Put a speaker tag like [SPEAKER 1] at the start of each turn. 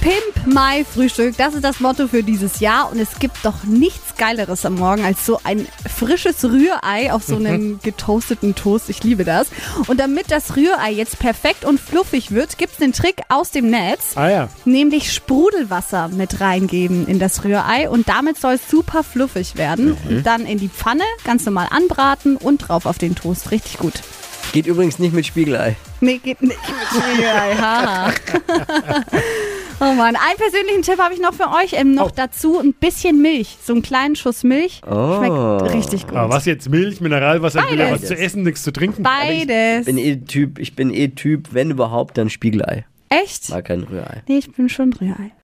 [SPEAKER 1] Pimp My Frühstück, das ist das Motto für dieses Jahr und es gibt doch nichts Geileres am Morgen als so ein frisches Rührei auf so einem getoasteten Toast. Ich liebe das. Und damit das Rührei jetzt perfekt und fluffig wird, gibt's den Trick aus dem Netz,
[SPEAKER 2] Ah ja.
[SPEAKER 1] nämlich Sprudelwasser mit reingeben in das Rührei und damit soll es super fluffig werden. Und dann in die Pfanne ganz normal anbraten und drauf auf den Toast. Richtig gut.
[SPEAKER 3] Geht übrigens nicht mit Spiegelei.
[SPEAKER 1] Nee, geht nicht mit Spiegelei. Haha. Oh Mann, einen persönlichen Tipp habe ich noch für euch. Ähm, noch
[SPEAKER 2] Oh.
[SPEAKER 1] dazu ein bisschen Milch. So einen kleinen Schuss Milch. Schmeckt richtig gut.
[SPEAKER 2] Aber was jetzt? Milch, Mineralwasser, ich will ja was
[SPEAKER 3] Beides.
[SPEAKER 2] zu essen, nichts zu trinken.
[SPEAKER 1] Beides.
[SPEAKER 3] Bin eh Typ, ich bin eh Typ, wenn überhaupt, dann Spiegelei.
[SPEAKER 1] Echt?
[SPEAKER 3] War kein Rührei.
[SPEAKER 1] Nee, ich bin schon Rührei.